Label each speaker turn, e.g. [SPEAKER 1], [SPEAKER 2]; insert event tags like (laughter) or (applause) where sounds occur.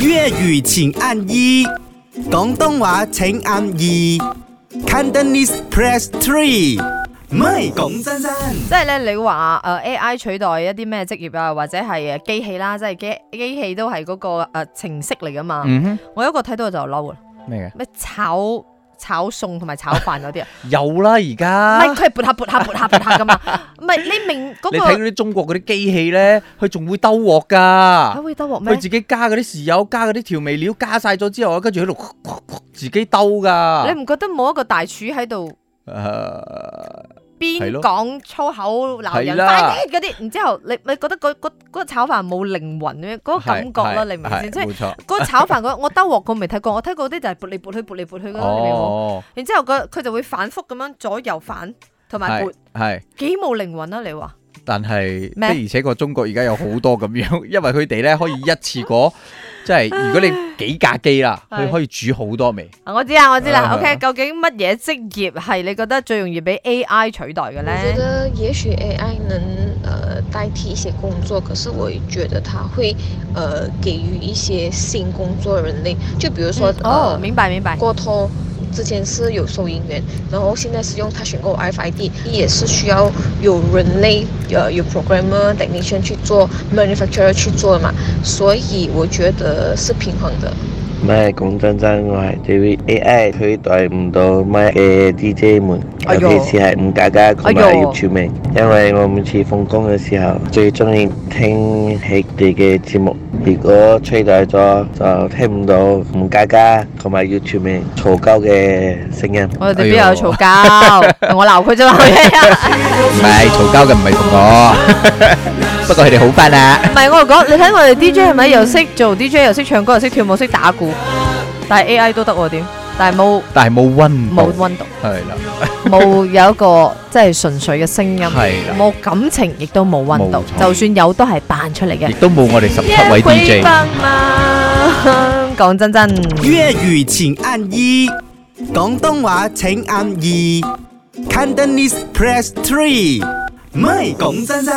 [SPEAKER 1] 粤语请按一，广东话请按二，Cantonese press three。唔係講真真，
[SPEAKER 2] 即係咧，你話誒 AI 取代一啲咩職業啊，或者係誒機器啦，即係機機器都係嗰、個、呃程式嚟噶嘛。
[SPEAKER 3] 嗯
[SPEAKER 2] 我有一個睇到就嬲啦，
[SPEAKER 3] 哼，咩嘅？
[SPEAKER 2] 咩炒炒餸同埋炒飯
[SPEAKER 3] (laughs)
[SPEAKER 2] 嗰啲啊，
[SPEAKER 3] 有啦，而
[SPEAKER 2] 唔係
[SPEAKER 3] 家
[SPEAKER 2] 佢係撥下撥下撥下撥下
[SPEAKER 3] (laughs)
[SPEAKER 2] 噶嘛，唔係你明嗰、
[SPEAKER 3] 你
[SPEAKER 2] 個
[SPEAKER 3] 睇嗰啲中國嗰啲機器咧，佢仲會兜鑊
[SPEAKER 2] 啊
[SPEAKER 3] 㗎，
[SPEAKER 2] 會得鑊咩
[SPEAKER 3] 佢？自己加嗰啲豉油、加嗰啲調味料，加晒咗之後，跟住喺度自己兜㗎。
[SPEAKER 2] 你唔覺得冇一個大廚喺度
[SPEAKER 3] 誒係
[SPEAKER 2] 邊
[SPEAKER 3] 咯
[SPEAKER 2] 講粗口鬧人
[SPEAKER 3] 係啦
[SPEAKER 2] 快啲嗰啲，然之後你你覺得嗰嗰嗰個炒飯冇靈魂咩？嗰個感覺
[SPEAKER 3] 係
[SPEAKER 2] 咯，
[SPEAKER 3] 係
[SPEAKER 2] 你明唔明先？
[SPEAKER 3] 係
[SPEAKER 2] 即係
[SPEAKER 3] 冇錯。
[SPEAKER 2] 嗰個炒飯嗰我兜鑊我未睇過，我睇過嗰啲就係撥嚟撥去撥嚟撥去嗰啲，你明冇？
[SPEAKER 3] 哦，
[SPEAKER 2] 然之後佢佢就會反覆咁樣左右反同埋撥
[SPEAKER 3] 係，係。
[SPEAKER 2] 幾冇靈魂啊！你話
[SPEAKER 3] 但係的
[SPEAKER 2] 咩
[SPEAKER 3] 而且確，中國而家有好多咁 (laughs) 樣，因為佢哋咧可以一次過，即係如果你幾架機啦，
[SPEAKER 2] 係
[SPEAKER 3] 佢可以煮好多味。
[SPEAKER 2] 啊我知啊，我知啦。
[SPEAKER 3] 啊
[SPEAKER 2] OK，究竟乜嘢職業係你覺得最容易俾 AI 取代嘅
[SPEAKER 4] 我觉
[SPEAKER 2] 咧？
[SPEAKER 4] 得也许 AI 能呃代替一些工作，可是我也觉得它会呃给予一些新工作人类，就比如说、
[SPEAKER 2] 嗯哦，
[SPEAKER 4] 呃
[SPEAKER 2] 明白明白。
[SPEAKER 4] 过头。之前是有收银员，然后现在是用它选购 RFID，也是需要有人类，呃，有 programmer、technician 去做，manufacturer 去做嘛，所以我觉得是平衡的。
[SPEAKER 5] 咪講真真，我係對於 AI 取代唔到咪嘅 DJ 們，
[SPEAKER 2] 哎呦
[SPEAKER 5] 尤其是係吳家家同埋
[SPEAKER 2] 哎呦
[SPEAKER 5] 葉朝明，因為我每次放工嘅時候最中意聽佢哋嘅節目。如果取代咗，就聽唔到吳家家同埋葉朝明嘈交嘅聲音。
[SPEAKER 2] 我哋
[SPEAKER 3] 哎
[SPEAKER 2] 邊
[SPEAKER 3] 呦
[SPEAKER 2] 有嘈交？我鬧佢 (laughs) 啫嘛。
[SPEAKER 3] 唔係嘈交嘅，唔係同 (laughs) 我，不過佢哋好翻啦。
[SPEAKER 2] 唔係我講，你睇我哋 DJ 係咪又識做 DJ 又識唱歌又識跳舞識打鼓，但係 AI 都得喎點？但係冇
[SPEAKER 3] 但係冇温度
[SPEAKER 2] 冇温度，
[SPEAKER 3] 係啦，
[SPEAKER 2] 冇有一個即係純粹嘅聲音
[SPEAKER 3] 係啦，
[SPEAKER 2] 冇感情亦都冇温度
[SPEAKER 3] 冇，錯
[SPEAKER 2] 就算有都係扮出嚟嘅
[SPEAKER 3] 亦。都冇我哋十七位 DJ。
[SPEAKER 2] (laughs) 講真真。
[SPEAKER 1] 粵語請按一，廣東話請按二，Cantonese press three。唔係講真真。